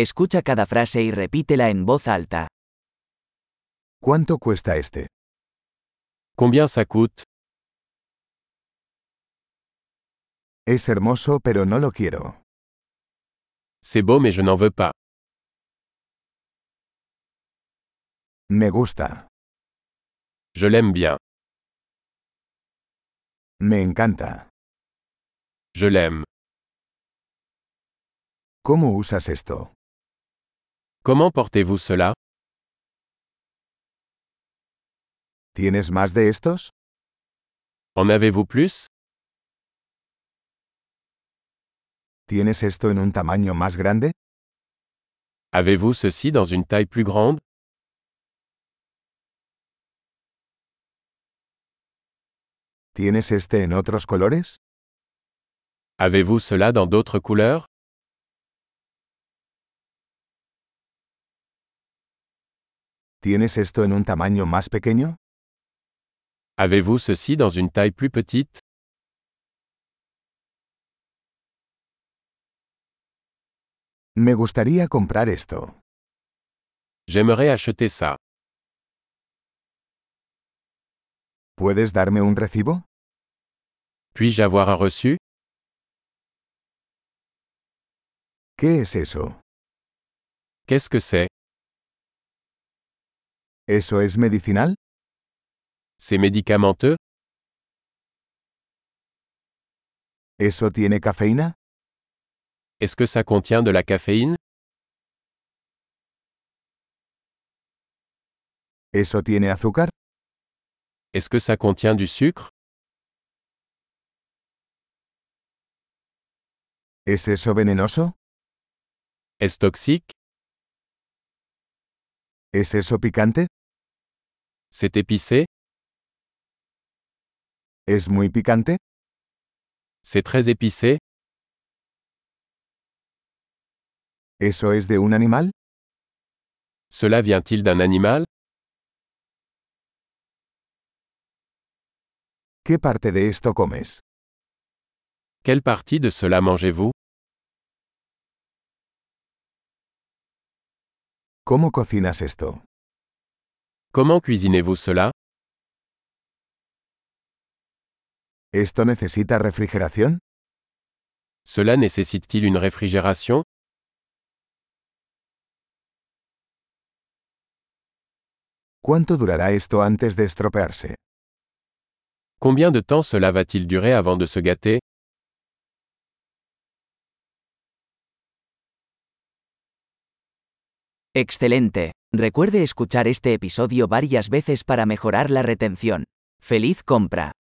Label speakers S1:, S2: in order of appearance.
S1: Escucha cada frase y repítela en voz alta.
S2: ¿Cuánto cuesta este?
S3: Combien ça coûte
S2: Es hermoso pero no lo quiero.
S3: C'est beau mais je n'en veux pas.
S2: Me gusta.
S3: Je l'aime bien.
S2: Me encanta.
S3: Je l'aime.
S2: ¿Cómo usas esto?
S3: Comment portez-vous cela
S2: ¿Tienes más de estos?
S3: En avez-vous plus
S2: ¿Tienes esto en un tamaño más grande?
S3: Avez-vous ceci dans une taille plus grande
S2: ¿Tienes este en otros colores?
S3: Avez-vous cela dans d'autres couleurs
S2: ¿Tienes esto en un tamaño más pequeño?
S3: Avez-vous ceci dans une taille plus petite
S2: Me gustaría comprar esto.
S3: J'aimerais acheter ça.
S2: ¿Puedes darme un recibo?
S3: Puis-je avoir un reçu
S2: ¿Qué es eso?
S3: Qu'est-ce que c'est
S2: ¿Eso es medicinal?
S3: C'est médicamenteux
S2: ¿Eso tiene cafeína?
S3: Est-ce que ça contient de la caféine
S2: ¿Eso tiene azúcar?
S3: Est-ce que ça contient du sucre
S2: ¿Es eso venenoso?
S3: Est-ce toxique
S2: ¿Es eso picante?
S3: C'est épicé
S2: ¿Es muy picante?
S3: C'est très épicé
S2: ¿Eso es de un animal?
S3: Cela vient-il d'un animal
S2: ¿Qué parte de esto comes?
S3: Quelle partie de cela mangez-vous
S2: ¿Cómo cocinas esto?
S3: Comment cuisinez-vous cela
S2: ¿Esto necesita refrigeración?
S3: Cela nécessite-t-il une réfrigération
S2: ¿Cuánto durará esto antes de estropearse?
S3: Combien de temps cela va-t-il durer avant de se gâter
S1: Excelente. Recuerde escuchar este episodio varias veces para mejorar la retención. ¡Feliz compra!